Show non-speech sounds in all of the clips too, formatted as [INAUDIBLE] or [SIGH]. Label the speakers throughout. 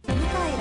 Speaker 1: 蘭の調和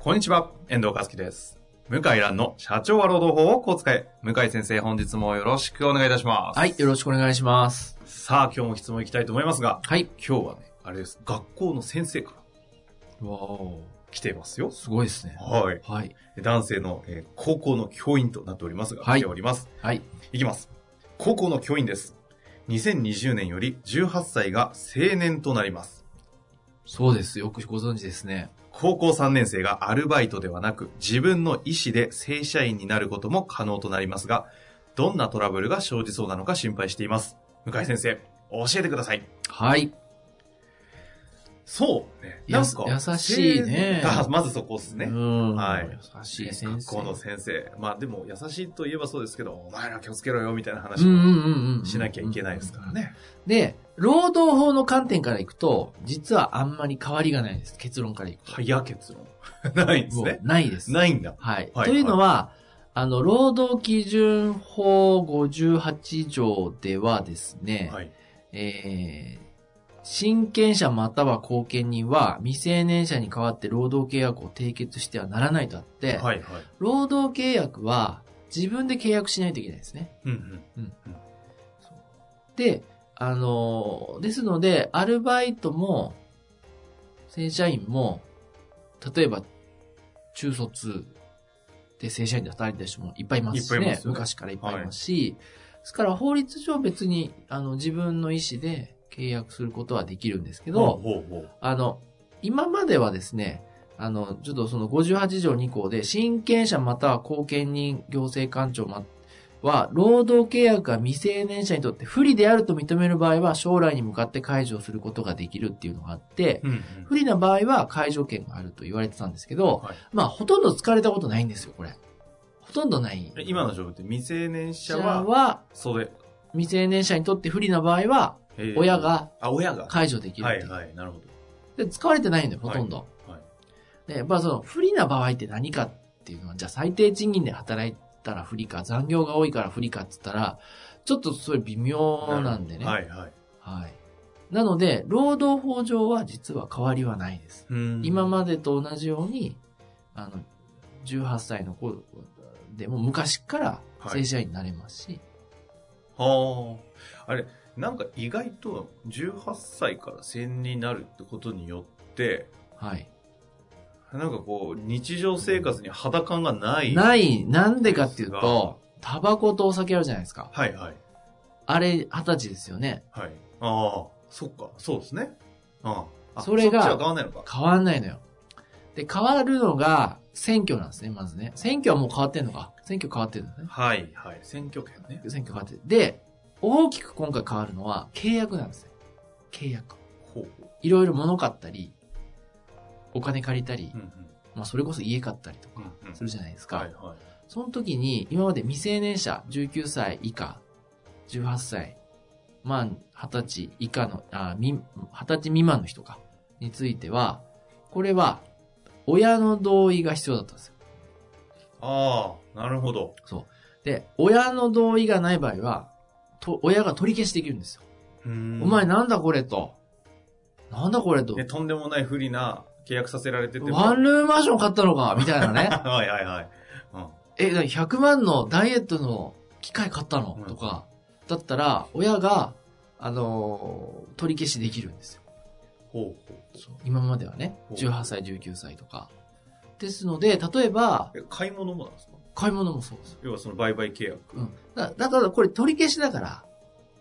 Speaker 2: こんにちは、遠藤和樹です。向井蘭の社長は労働法をこう使え。向井先生、本日もよろしくお願いいたします。
Speaker 3: はい、よろしくお願いします。
Speaker 2: さあ、今日も質問いきたいと思いますが、
Speaker 3: はい。
Speaker 2: 今日はね、あれです。学校の先生から
Speaker 3: わお、
Speaker 2: 来てますよ。
Speaker 3: すごいですね。
Speaker 2: はい。
Speaker 3: はい。
Speaker 2: 男性の、えー高校の教員となっておりますが、
Speaker 3: はい
Speaker 2: 来ております。
Speaker 3: はい。
Speaker 2: いきます。高校の教員です。2020年より18歳が成年となります。
Speaker 3: そうです。よくご存知ですね。
Speaker 2: 高校3年生がアルバイトではなく自分の意思で正社員になることも可能となりますが、どんなトラブルが生じそうなのか心配しています。向井先生、教えてください。
Speaker 3: はい。
Speaker 2: そうね。
Speaker 3: や
Speaker 2: なん
Speaker 3: す
Speaker 2: か。
Speaker 3: 優しいね
Speaker 2: せーあまずそこですね。
Speaker 3: うん。
Speaker 2: はい。
Speaker 3: 優しい先
Speaker 2: 学
Speaker 3: 生。
Speaker 2: 校の先生。まあでも優しいといえばそうですけど、お前ら気をつけろよみたいな話
Speaker 3: うんうん
Speaker 2: も
Speaker 3: うんうん。
Speaker 2: しなきゃいけないですから。ね。
Speaker 3: で、労働法の観点からいくと、実はあんまり変わりがないです。結論からいくと。
Speaker 2: 早結論。 [LAUGHS] ないんです
Speaker 3: もう
Speaker 2: ね。
Speaker 3: ないです。
Speaker 2: ないんだ。
Speaker 3: はい。
Speaker 2: はい
Speaker 3: というのは、あの、労働基準法58条ではですね、
Speaker 2: はい。
Speaker 3: えー親権者または後見人は未成年者に代わって労働契約を締結してはならないとあって、
Speaker 2: はいはい。
Speaker 3: 労働契約は自分で契約しないといけないですね。
Speaker 2: うんうん。
Speaker 3: そうで、あのーですので、アルバイトも、正社員も、例えば、中卒で正社員で働いてる人もいっぱいいますし
Speaker 2: いっぱいい
Speaker 3: ね。
Speaker 2: ますよね
Speaker 3: 昔からいっぱいいますし、ですから法律上別に、あの、自分の意思で契約することはできるんですけど、
Speaker 2: ほうほう。
Speaker 3: あの、今まではですね、あの、ちょっとその58条2項で、親権者または後見人行政官庁まは、労働契約が未成年者にとって不利であると認める場合は、将来に向かって解除することができるっていうのがあって、
Speaker 2: うんうん。
Speaker 3: 不利な場合は解除権があると言われてたんですけど、
Speaker 2: はい
Speaker 3: まあ、ほとんど使われたことないんですよ、これ。ほとんどない。
Speaker 2: え今の条文って未成年者
Speaker 3: 者
Speaker 2: は、
Speaker 3: は、
Speaker 2: それ、
Speaker 3: 未成年者にとって不利な場合は、
Speaker 2: えー
Speaker 3: 親。が
Speaker 2: あ、親が。
Speaker 3: 解除できるっ
Speaker 2: は
Speaker 3: ていう
Speaker 2: いはい、なるほど。
Speaker 3: で、使われてないんだよ、ほとんど。
Speaker 2: はいはい
Speaker 3: で、やっぱその、不利な場合って何かっていうのは、じゃあ最低賃金で働いたら不利か、残業が多いから不利かって言ったら、ちょっとそれ微妙なんでね。
Speaker 2: はいはい。
Speaker 3: はい。なので、労働法上は実は変わりはないです。今
Speaker 2: で。
Speaker 3: までと同じように、あの、18歳の子でも昔から正社員になれますし、
Speaker 2: はあ。あれ、なんか意外と18歳から成人になるってことによって、
Speaker 3: はい。
Speaker 2: なんかこう、日常生活に肌感がない。い。
Speaker 3: ない、なんでかっていうと、タバコとお酒あるじゃないですか。
Speaker 2: はいはい。
Speaker 3: あれ、二十歳ですよね。
Speaker 2: はい。ああ、そっか、そうですね。ああ。
Speaker 3: それが
Speaker 2: そっちは変わんないのか。
Speaker 3: 変わんないのよ。で、変わるのが選挙なんですね、まずね。選挙はもう変わってんのか。選挙変わってるのね。
Speaker 2: はいはい。選挙権ね。
Speaker 3: 選挙変わってる。で、大きく今回変わるのは契約なんですね。契約。
Speaker 2: ほうほ
Speaker 3: いろいろ物買ったり、お金借りたり
Speaker 2: う。う、ん
Speaker 3: まあそれこそ家買ったりと
Speaker 2: うん。
Speaker 3: か
Speaker 2: うんうん
Speaker 3: するじゃないですか。
Speaker 2: はいはい。
Speaker 3: その時に今まで未成年者、19歳以下、18歳、まあ20歳以下の、あ、み、20歳未満の人か、については、これは親の同意が必要だったんですよ。
Speaker 2: ああ、なるほど。
Speaker 3: で、親の同意がない場合は、と、親が取り消しできるんですよ。
Speaker 2: お
Speaker 3: お前なんだこれと。なんだこれと
Speaker 2: ね、。とんでもない不利な契約させられてても。
Speaker 3: ワンルームマンション買ったのかみたいなね。
Speaker 2: はいはいはい。うん。
Speaker 3: え、だから100万のダイエットの機械買ったの
Speaker 2: うん
Speaker 3: とか、だったら、親が、あのー取り消しできるんですよ。
Speaker 2: ほうほう。
Speaker 3: 今まではね、
Speaker 2: ほう
Speaker 3: 18歳、19歳とか。ですので、例えば、
Speaker 2: え、買い物もなんですか
Speaker 3: 買い物もそうです。
Speaker 2: 要はその売買契約。
Speaker 3: うん。だだから、これ取り消しだから、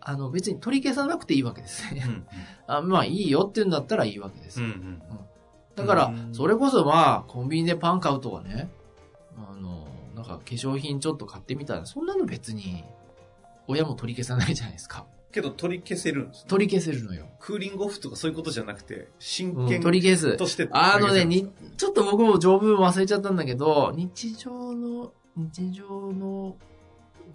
Speaker 3: あの、別に取り消さなくていいわけですね。 [LAUGHS]
Speaker 2: ん。
Speaker 3: あまあいいよって言うんだったらいいわけです。
Speaker 2: うんうん。
Speaker 3: だから
Speaker 2: う、ん
Speaker 3: それこそまあ、コンビニでパン買うとかね、あの、なんか化粧品ちょっと買ってみたら、そんなの別に、親も取り消さないじゃないですか。
Speaker 2: けど取り消せるんです、
Speaker 3: 取り消せるのよ。
Speaker 2: クーリングオフとかそういうことじゃなくて、真
Speaker 3: うん
Speaker 2: 剣
Speaker 3: 取り消す。
Speaker 2: として、
Speaker 3: あのね、
Speaker 2: に
Speaker 3: に、ちょっと僕も条文忘れちゃったんだけど、日常の、日常の、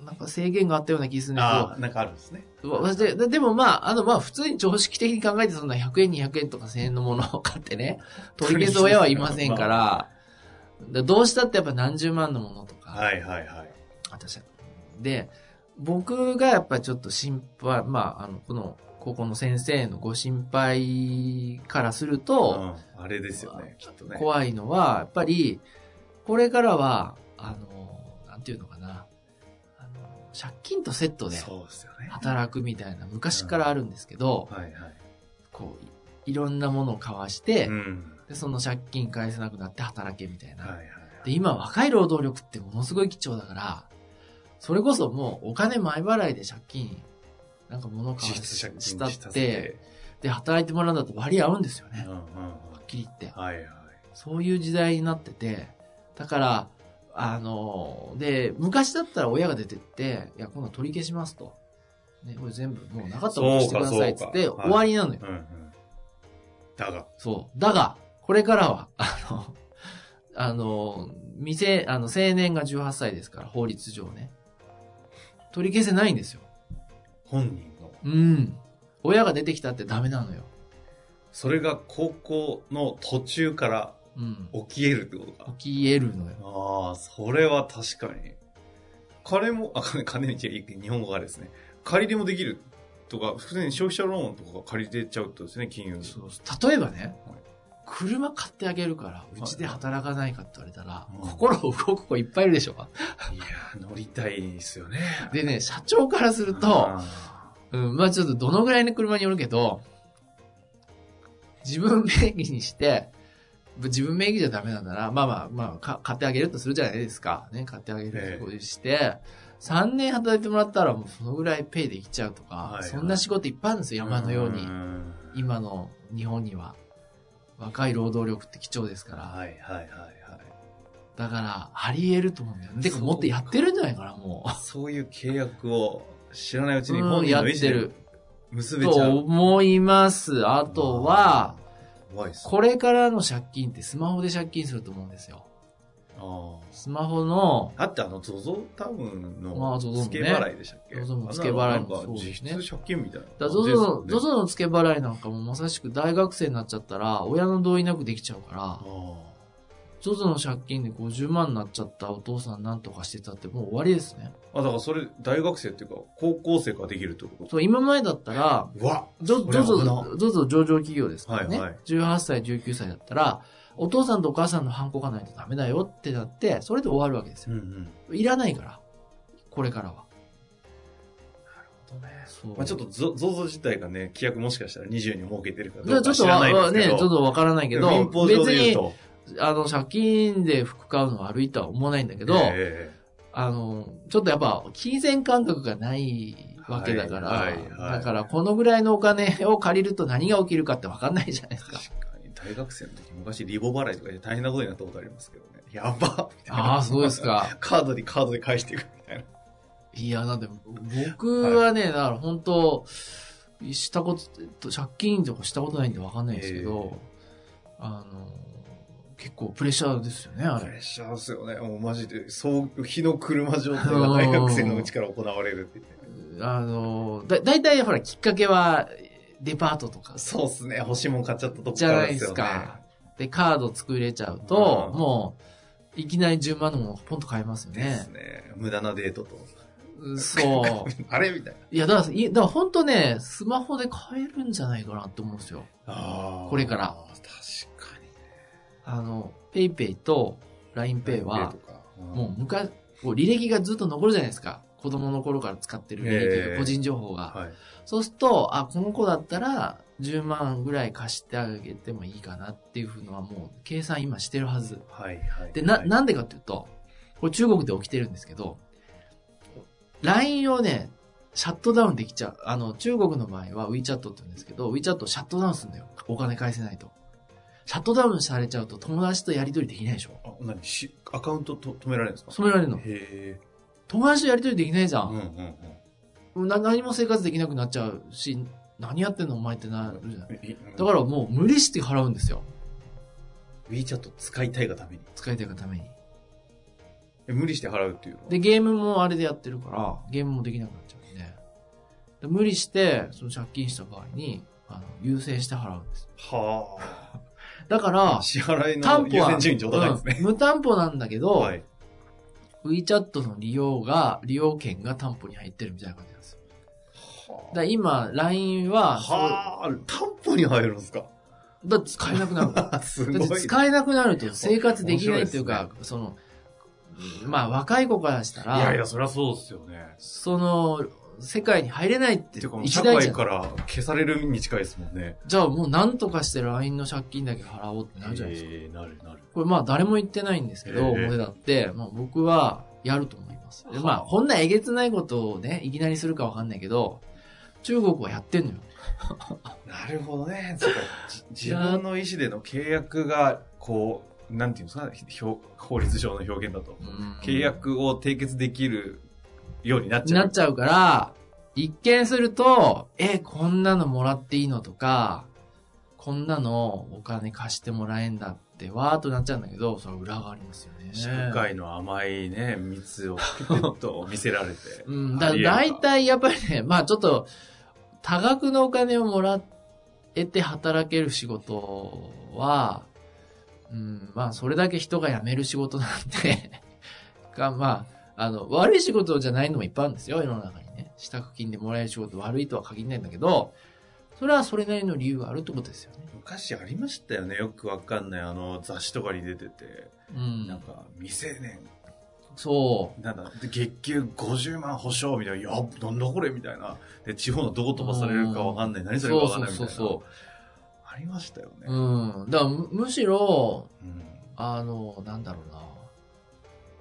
Speaker 3: なんか制限があったような気するんだ
Speaker 2: あーなんかあるんですね。
Speaker 3: けどわわで、ででもまあ、あのまあ普通に常識的に考えてそんな100円200円とか1000円のものを [LAUGHS] 買ってね、取り消す親はいませんから、だどうしたってやっぱ何十万のものとか、
Speaker 2: はいはいはい。
Speaker 3: 私はで、僕がやっぱりちょっと心配、まあ、あの、この高校の先生のご心配からすると、
Speaker 2: うん、あれですよね、きっとね。
Speaker 3: 怖いのは、やっぱり、これからは、あの、なんていうのかな、あの借金とセットで
Speaker 2: そうですよね。
Speaker 3: 働くみたいな、昔からあるんですけど、
Speaker 2: はいはい。
Speaker 3: こう、いいろんなものを交わして、
Speaker 2: うん。
Speaker 3: で、その借金返せなくなって働けみたいな。
Speaker 2: はいはい
Speaker 3: で、今若い労働力ってものすごい貴重だから、それこそもうお金前払いで借金、なんか物買わ
Speaker 2: 実質
Speaker 3: し
Speaker 2: 借金
Speaker 3: し
Speaker 2: せ
Speaker 3: たって、、で、働いてもらうんだと割合合うんですよ
Speaker 2: うん
Speaker 3: ね
Speaker 2: う。んうん。
Speaker 3: はっきり言って。
Speaker 2: はいはい。
Speaker 3: そういう時代になってて、だから、あの、で、昔だったら親が出てって、いや、今度取り消しますと。ね、これ全部もうなかったことにしてくださいっつ
Speaker 2: そうかそ
Speaker 3: って
Speaker 2: うか
Speaker 3: 終わりなのよ。
Speaker 2: うんうん。だが、
Speaker 3: そう。だが、これからは、 [LAUGHS] あの、あの、未成、あの、青年が18歳ですから、法律上ね。取り消せないんですよ。
Speaker 2: 本人の、
Speaker 3: うん。親が出てきたってダメなのよ。
Speaker 2: それが高校の途中から
Speaker 3: うん。
Speaker 2: 起き得るってことか。
Speaker 3: 起き得るのよ。
Speaker 2: ああ、それは確かに。金も、あ、金、金に違う、日本語がですね。借り入れもできるとか、普通に消費者ローンとか借りれちゃうってことですね、金融の。
Speaker 3: そう例えばね
Speaker 2: はい、
Speaker 3: 車買ってあげるから、
Speaker 2: いう
Speaker 3: ちで働かないかって言われたら
Speaker 2: うん、
Speaker 3: 心動く子いっぱいいるでしょ。
Speaker 2: いやー、乗りたいですよね。
Speaker 3: でね、社長からすると、
Speaker 2: あ
Speaker 3: うん、まあちょっとどのぐらいの車によるけど、自分名義にして、自分名義じゃダメなんだなら、まあまあまあか、買ってあげるとするじゃないですか。ね、買ってあげ
Speaker 2: え
Speaker 3: る
Speaker 2: え
Speaker 3: として、3年働いてもらったらもうそのぐらいペイできちゃうとか、
Speaker 2: はいはい
Speaker 3: そんな仕事いっぱいあるんです
Speaker 2: ー
Speaker 3: よ、山のように。
Speaker 2: ん
Speaker 3: 今の日本には若い労働力って貴重ですから。
Speaker 2: はいはいはいは
Speaker 3: だから、あり得ると思うんだよね。てか、もっとやってるんじゃないかな、も
Speaker 2: い。そういう契約を知らないう
Speaker 3: う。
Speaker 2: ちに本人
Speaker 3: やっ
Speaker 2: の意思
Speaker 3: て
Speaker 2: で
Speaker 3: る。
Speaker 2: 結べ
Speaker 3: と
Speaker 2: ちゃう。
Speaker 3: 思います。あとは、
Speaker 2: 怖いっすね。
Speaker 3: これからの借金ってスマホで借金すると思うんですよ。
Speaker 2: あ
Speaker 3: スマホの、
Speaker 2: あ。だってあの、ゾゾタウン
Speaker 3: ま
Speaker 2: の
Speaker 3: あ ZOZO もね
Speaker 2: 付け払いでしたっけ
Speaker 3: ZOZO も付け払いも
Speaker 2: あんなのなんか
Speaker 3: そうですね
Speaker 2: 実質借金みたいな。
Speaker 3: だゾゾの、ゾ
Speaker 2: ゾ
Speaker 3: ゾの付け払いなんかもまさしく大学生になっちゃったら、親の同意なくできちゃうから、
Speaker 2: ああ。
Speaker 3: ゾゾの借金で50万になっちゃったお父さんなんとかしてたってもう終わりですね。
Speaker 2: あ、だからそれ、大学生っていうか、高校生ができるってこと
Speaker 3: そう、今前だったら、
Speaker 2: うわ
Speaker 3: ゾ
Speaker 2: それ
Speaker 3: ゾ
Speaker 2: は危な
Speaker 3: ゾゾゾ上場企業ですからね、
Speaker 2: はいはい
Speaker 3: 18歳19歳だったらお父さんとお母さんのハンコがないとダメだよってなってそれで終わるわけです
Speaker 2: うん
Speaker 3: よ
Speaker 2: うん。なる
Speaker 3: いらないからこれからは
Speaker 2: ほどね。
Speaker 3: そう
Speaker 2: まあちょっとゾ、ゾゾ自体がね、規約もしかしたら20に設けてるか
Speaker 3: じゃ
Speaker 2: ど
Speaker 3: あ
Speaker 2: う
Speaker 3: ちょ
Speaker 2: か
Speaker 3: っ
Speaker 2: 知
Speaker 3: と
Speaker 2: ら
Speaker 3: わ
Speaker 2: ないですけ
Speaker 3: ね、ちょ
Speaker 2: ど。
Speaker 3: っとわからないけど、
Speaker 2: 民法上
Speaker 3: 別
Speaker 2: で言う
Speaker 3: に、
Speaker 2: と。
Speaker 3: あの、借金で服買うのは悪いとは思わないんだけど、
Speaker 2: え
Speaker 3: あの、ちょっとやっぱ、金銭感覚がないわけだから、
Speaker 2: はいはいはい
Speaker 3: だから、このぐらいのお金を借りると何が起きるかってわかんないじゃないです
Speaker 2: え
Speaker 3: か。
Speaker 2: 確かに、大学生の時、昔リボ払いとかで大変なことになったことありますけどね。やばみたいな
Speaker 3: ああ、そうです。か。
Speaker 2: [LAUGHS] カードにカードで返していくみたいな。
Speaker 3: [LAUGHS] いや、なんで、僕はね、だから本当、したこと、借金とかしたことないんでわかんないですけど、あの、結構プレッシャーですよね、あ
Speaker 2: プレ
Speaker 3: れ。
Speaker 2: ッシャーですよね。もうマジで、そう、日の車状態が大学生のうちから行われるって言って。
Speaker 3: あの、だ、大体ほら、きっかけは、デパートとか、
Speaker 2: そうっすね。欲しいもん買っちゃったとこ
Speaker 3: じ
Speaker 2: か
Speaker 3: ゃな
Speaker 2: ら
Speaker 3: い
Speaker 2: で
Speaker 3: ですす
Speaker 2: よね。
Speaker 3: か。で、カード作れちゃうと、
Speaker 2: うん
Speaker 3: もう、いきなり10万のものポンと買えますよ
Speaker 2: で
Speaker 3: ね
Speaker 2: す。ね。無駄なデートと。 [LAUGHS]
Speaker 3: そう。
Speaker 2: あれみたいな。
Speaker 3: いや、だから、いだから本当ね、スマホで買えるんじゃないかなって思うんですよ。
Speaker 2: あー
Speaker 3: これから。
Speaker 2: 確かに。
Speaker 3: あの、ペイペイと LINEPay は、
Speaker 2: ペイとか、
Speaker 3: もう昔、こう履歴がずっと残るじゃないですか。子供の頃から使ってる履歴
Speaker 2: え
Speaker 3: が、
Speaker 2: え
Speaker 3: 個人情報が。
Speaker 2: はい。
Speaker 3: そうすると、あ、この子だったら10万ぐらい貸してあげてもいいかなっていうふうのはもう計算今してるはず。
Speaker 2: はい、はい。
Speaker 3: で、な、
Speaker 2: はい、
Speaker 3: なんでかっていうと、これ中国で起きてるんですけど、LINE をね、シャットダウンできちゃう。あの、中国の場合は WeChat って言うんですけど、WeChat をシャットダウンするんだよ。お金返せないと。シャットダウンされちゃうと友達とやり取りできないでしょ。
Speaker 2: あ、なに、し、アカウントと止められるんですか
Speaker 3: 止められるの。
Speaker 2: へえ。
Speaker 3: 友達とやり取りできないじゃ
Speaker 2: うん
Speaker 3: ん。
Speaker 2: うんうん。
Speaker 3: な何も生活できなくなっちゃうし、何やってんのお前ってなるじゃない。だ
Speaker 2: だ、
Speaker 3: かららもう無理して払うんですよ。
Speaker 2: WeChat 使いたいがために。
Speaker 3: 使いたいがために。
Speaker 2: え無理して払うっていうのは
Speaker 3: で、ゲームもあれでやってるから、ゲームもできなくなっちゃうんで。で無理して、その借金した場合に、あの、優先して払うんです。
Speaker 2: は
Speaker 3: だか
Speaker 2: あ。
Speaker 3: ら、
Speaker 2: 支払い
Speaker 3: 担
Speaker 2: の
Speaker 3: 保
Speaker 2: 優
Speaker 3: は、
Speaker 2: 先順位お互いですね。
Speaker 3: うん無担保なんだけど、
Speaker 2: はい。
Speaker 3: WeChat の利用が、利用権が担保に入ってるみたいな感じなんですよ。だから
Speaker 2: は
Speaker 3: 今、LINE は、
Speaker 2: あ。担保に入るんですか [LAUGHS]
Speaker 3: そうだって使えなくなるから。
Speaker 2: す
Speaker 3: だっ
Speaker 2: ご
Speaker 3: て
Speaker 2: い。
Speaker 3: 使えなくなると生活できないっていうか
Speaker 2: 面、
Speaker 3: その、まあ若い子からした
Speaker 2: いやい
Speaker 3: ら、
Speaker 2: や、そりゃそうですよね。
Speaker 3: その、世界に入れないって
Speaker 2: てか、
Speaker 3: 一
Speaker 2: 社
Speaker 3: 大事
Speaker 2: 会
Speaker 3: じゃん
Speaker 2: から消されるに近いですもんね。
Speaker 3: じゃあもう何とかして LINE の借金だけ払おうってなるじゃないですか。
Speaker 2: えーなるなる。
Speaker 3: これまあ誰も言ってないんですけど、
Speaker 2: ええ
Speaker 3: 表だって、まあ僕はやると思います。でまあこんなえげつないことをね、いきなりするかわかんないけど、中国はやってんのよ。
Speaker 2: なるほどね。そうかじ [LAUGHS] 自分の意思での契約が、こう、なんていうんですか、ひ表法律上の表現だと。契約を締結できるようになっちゃう。
Speaker 3: なっちゃうから、一見すると、え、こんなのもらっていいのとか、こんなのお金貸してもらえんだって、わーっとなっちゃうんだけど、それは裏がありますよね。
Speaker 2: 社会の甘いね、蜜をピュッと見せられて。
Speaker 3: うん、だ
Speaker 2: ありえるか
Speaker 3: 大体やっぱりね、 [LAUGHS] まあちょっと、多額のお金をもらえて働ける仕事は、うん、まあそれだけ人が辞める仕事なんで [LAUGHS] が、まあ、あの、悪い仕事じゃないのもいっぱいあるんですよ、世の中にね。支度金でもらえる仕事悪いとは限らないんだけど、それはそれなりの理由があるってことですよね。
Speaker 2: 昔ありましたよね。よくわかんない。あの、雑誌とかに出てて。
Speaker 3: う
Speaker 2: なん
Speaker 3: ん。
Speaker 2: か、未成年。
Speaker 3: そう。
Speaker 2: なんだ、で月給50万保証みたいな。いや、なんだこれみたいな。で、地方のどこ飛ばされるかわかんない。何されるかわかんないみたいな。
Speaker 3: そうそうそう
Speaker 2: ありましたよね。
Speaker 3: うん。だからむむしろ、
Speaker 2: うん
Speaker 3: あの、なんだろうな。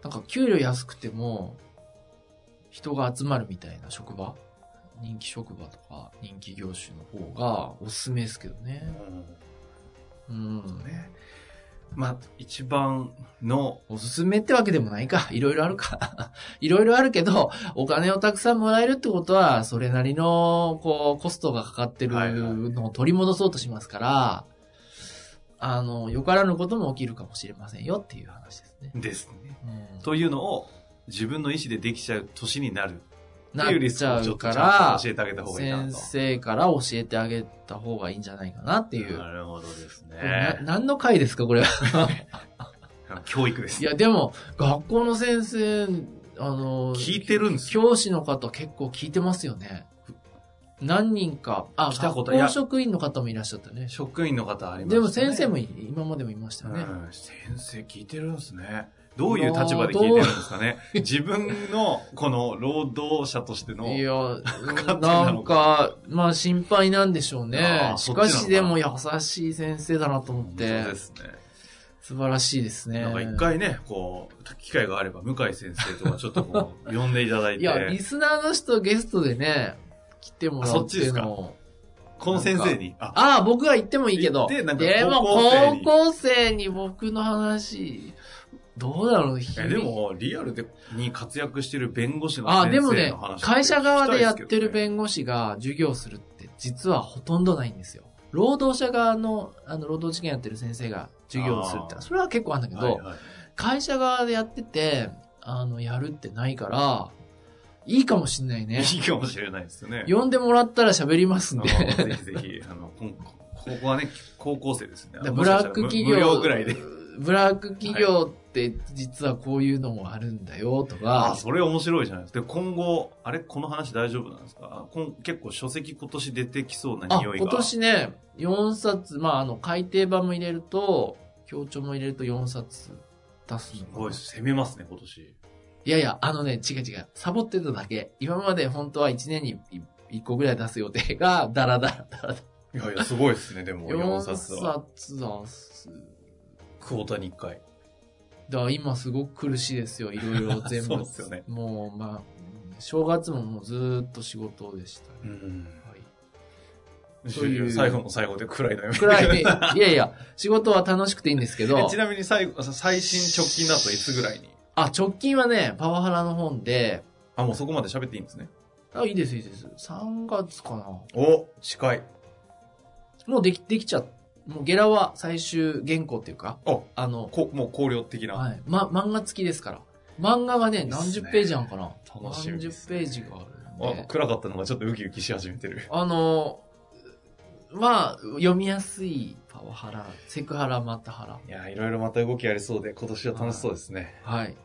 Speaker 3: なんか給料安くても、人が集まるみたいな職場人気職場とか、人気業種の方がおすすめですけどね。うん。
Speaker 2: ね。まあ、一番の、
Speaker 3: おすすめってわけでもないか。い [LAUGHS] ろいろあるか。 [LAUGHS] いろいろあるけど、お金をたくさんもらえるってことは、それなりの、こう、コストがかかってる
Speaker 2: はいはい
Speaker 3: のを取り戻そうとしますから、あの、よからぬことも起きるかもしれませんよっていう話ですね。
Speaker 2: ですね。
Speaker 3: うん
Speaker 2: というのを、自分の意思でできちゃう年になるって
Speaker 3: な
Speaker 2: いう
Speaker 3: っ
Speaker 2: リス
Speaker 3: ち
Speaker 2: クを
Speaker 3: ゃ
Speaker 2: ちょ
Speaker 3: う
Speaker 2: っと
Speaker 3: か
Speaker 2: ちゃん
Speaker 3: ら
Speaker 2: と、教えてあげた方がいいな
Speaker 3: 先
Speaker 2: と。
Speaker 3: 生から教えてあげた方がいいんじゃないかなっていう。
Speaker 2: なるほどです
Speaker 3: これな
Speaker 2: ね。
Speaker 3: 何の回ですか、これは。
Speaker 2: 教育です。
Speaker 3: [LAUGHS] いや、でも、学校の先生、あの、
Speaker 2: 聞いてるんですよ。
Speaker 3: 教師の方結構聞いてますよね。何人か、あ、
Speaker 2: 来たことい
Speaker 3: 学校
Speaker 2: や
Speaker 3: 職員の方もいらっしゃったね。
Speaker 2: 職員の方あります
Speaker 3: でも先生もい今までもいましたよね。
Speaker 2: うん先生聞いてるんですね。どういう立場で聞いてるんですかね。自分のこの労働者としての。
Speaker 3: いや、
Speaker 2: 勝手
Speaker 3: な
Speaker 2: なのか
Speaker 3: んか、まあ心配なんでしょうね
Speaker 2: あ。ー
Speaker 3: し
Speaker 2: そっちなの
Speaker 3: か
Speaker 2: か
Speaker 3: しでも優しい先生だなと思っ
Speaker 2: 本当
Speaker 3: て、
Speaker 2: ですね。
Speaker 3: 素晴らしいですね。
Speaker 2: なんか一回ね、こう、機会があれば、向井先生とかちょっとこう、呼んでいただい
Speaker 3: いや、リ
Speaker 2: て、
Speaker 3: スナーの人ゲストでね、来てもらうっていうのも。
Speaker 2: この先生に、あ、
Speaker 3: ああ、僕は行ってもいいけ
Speaker 2: 行
Speaker 3: ど。
Speaker 2: ってなんか
Speaker 3: で
Speaker 2: 高
Speaker 3: も、
Speaker 2: 校生
Speaker 3: 高
Speaker 2: に
Speaker 3: 校生に僕の話、どうだろう、
Speaker 2: えでも、リアルでに活躍してる弁護士の
Speaker 3: ああ、
Speaker 2: 先生
Speaker 3: で
Speaker 2: の
Speaker 3: も
Speaker 2: 話とか
Speaker 3: ね
Speaker 2: 聞きたいですけどね、
Speaker 3: 会社側でやってる弁護士が授業するって実はほとんどないんですよ。労働者側の、あの、労働事件やってる先生が授業をするってのは、
Speaker 2: あー
Speaker 3: それは結構あるんだけど、
Speaker 2: はいはい
Speaker 3: 会社側でやってて、あの、やるってないから、いいかもしんないね。
Speaker 2: いいかもしれないですよね。
Speaker 3: 呼んでもらったら喋りますんで。
Speaker 2: あのぜひぜひ、あの、こんここはね、高校生ですね。
Speaker 3: でブラック企業
Speaker 2: 無料ぐらいで。
Speaker 3: ブラック企業って実はこういうのもあるんだよと
Speaker 2: あ
Speaker 3: か、
Speaker 2: それ面白いじゃないですか。で、今後、あれこの話大丈夫なんですかあこん結構書籍今年出てきそうな
Speaker 3: あ
Speaker 2: 匂いが。
Speaker 3: 今年ね4冊まああの改訂版も入れると強調も入れると4冊出す
Speaker 2: す
Speaker 3: のか
Speaker 2: ご、
Speaker 3: ない
Speaker 2: 攻めますね、今年。
Speaker 3: いやいやあのね違う違うサボってただけ今まで本当は1年に1個ぐらい出す予定が [LAUGHS] ダラダラダラ
Speaker 2: いやいや、すごいですね、でも、4
Speaker 3: 4
Speaker 2: 冊
Speaker 3: 冊
Speaker 2: は。
Speaker 3: 出す
Speaker 2: クォーターに1回。
Speaker 3: だから今すごく苦しいですよいろいろ全
Speaker 2: [LAUGHS] そ
Speaker 3: 部
Speaker 2: うですよね
Speaker 3: もうまあ正月ももうずーっと仕事でしたね、
Speaker 2: うん。
Speaker 3: はいそういう
Speaker 2: 最後の最後で暗いのよ。、
Speaker 3: [LAUGHS] くらい、いやいや、仕事は楽しくていいんですけ
Speaker 2: [LAUGHS]
Speaker 3: ど
Speaker 2: ちなみに最後、最新直近だといつぐらいに
Speaker 3: あ、直近はね、パワハラの本で、
Speaker 2: あ、もうそこまで喋っていいんですね。
Speaker 3: あ、いいです、いいです。3月かな。
Speaker 2: お近い。
Speaker 3: もうでき、できちゃっ、もうゲラは最終原稿っていうか、
Speaker 2: あ、
Speaker 3: あの、
Speaker 2: こもう考慮的な。
Speaker 3: はい。ま、漫画付きですから。漫画がね、
Speaker 2: いっすね
Speaker 3: 何十ページあんかな。
Speaker 2: 楽しみで
Speaker 3: 何
Speaker 2: す
Speaker 3: 十ページがあるん
Speaker 2: あ
Speaker 3: で。
Speaker 2: 暗かったのがちょっとウキウキし始めてる。
Speaker 3: あの、まあ、読みやすいパワハラ、セクハラ、またハラ。
Speaker 2: いや、いろいろまた動きありそうで、今年は楽しそうですね。
Speaker 3: はい。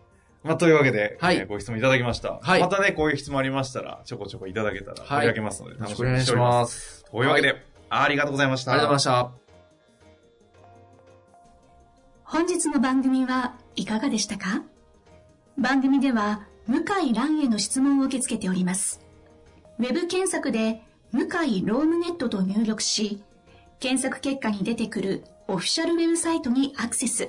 Speaker 2: まあ、というわけで、
Speaker 3: はい
Speaker 2: えーご質問いただきました。
Speaker 3: はい
Speaker 2: またね、こういう質問ありましたら、ちょこちょこいただけたら取り上げますので、
Speaker 3: よろ
Speaker 2: 楽
Speaker 3: し
Speaker 2: し
Speaker 3: くお
Speaker 2: み
Speaker 3: 願
Speaker 2: に
Speaker 3: い
Speaker 2: して
Speaker 3: し
Speaker 2: おります。
Speaker 3: ます。
Speaker 2: というわけで、ありがとうございました。
Speaker 3: ありがとうございました。
Speaker 4: 本日の番組はいかがでしたか番組では向井蘭への質問を受け付けております。ウェブ検索で向井ロームネットと入力し、検索結果に出てくるオフィシャルウェブサイトにアクセス。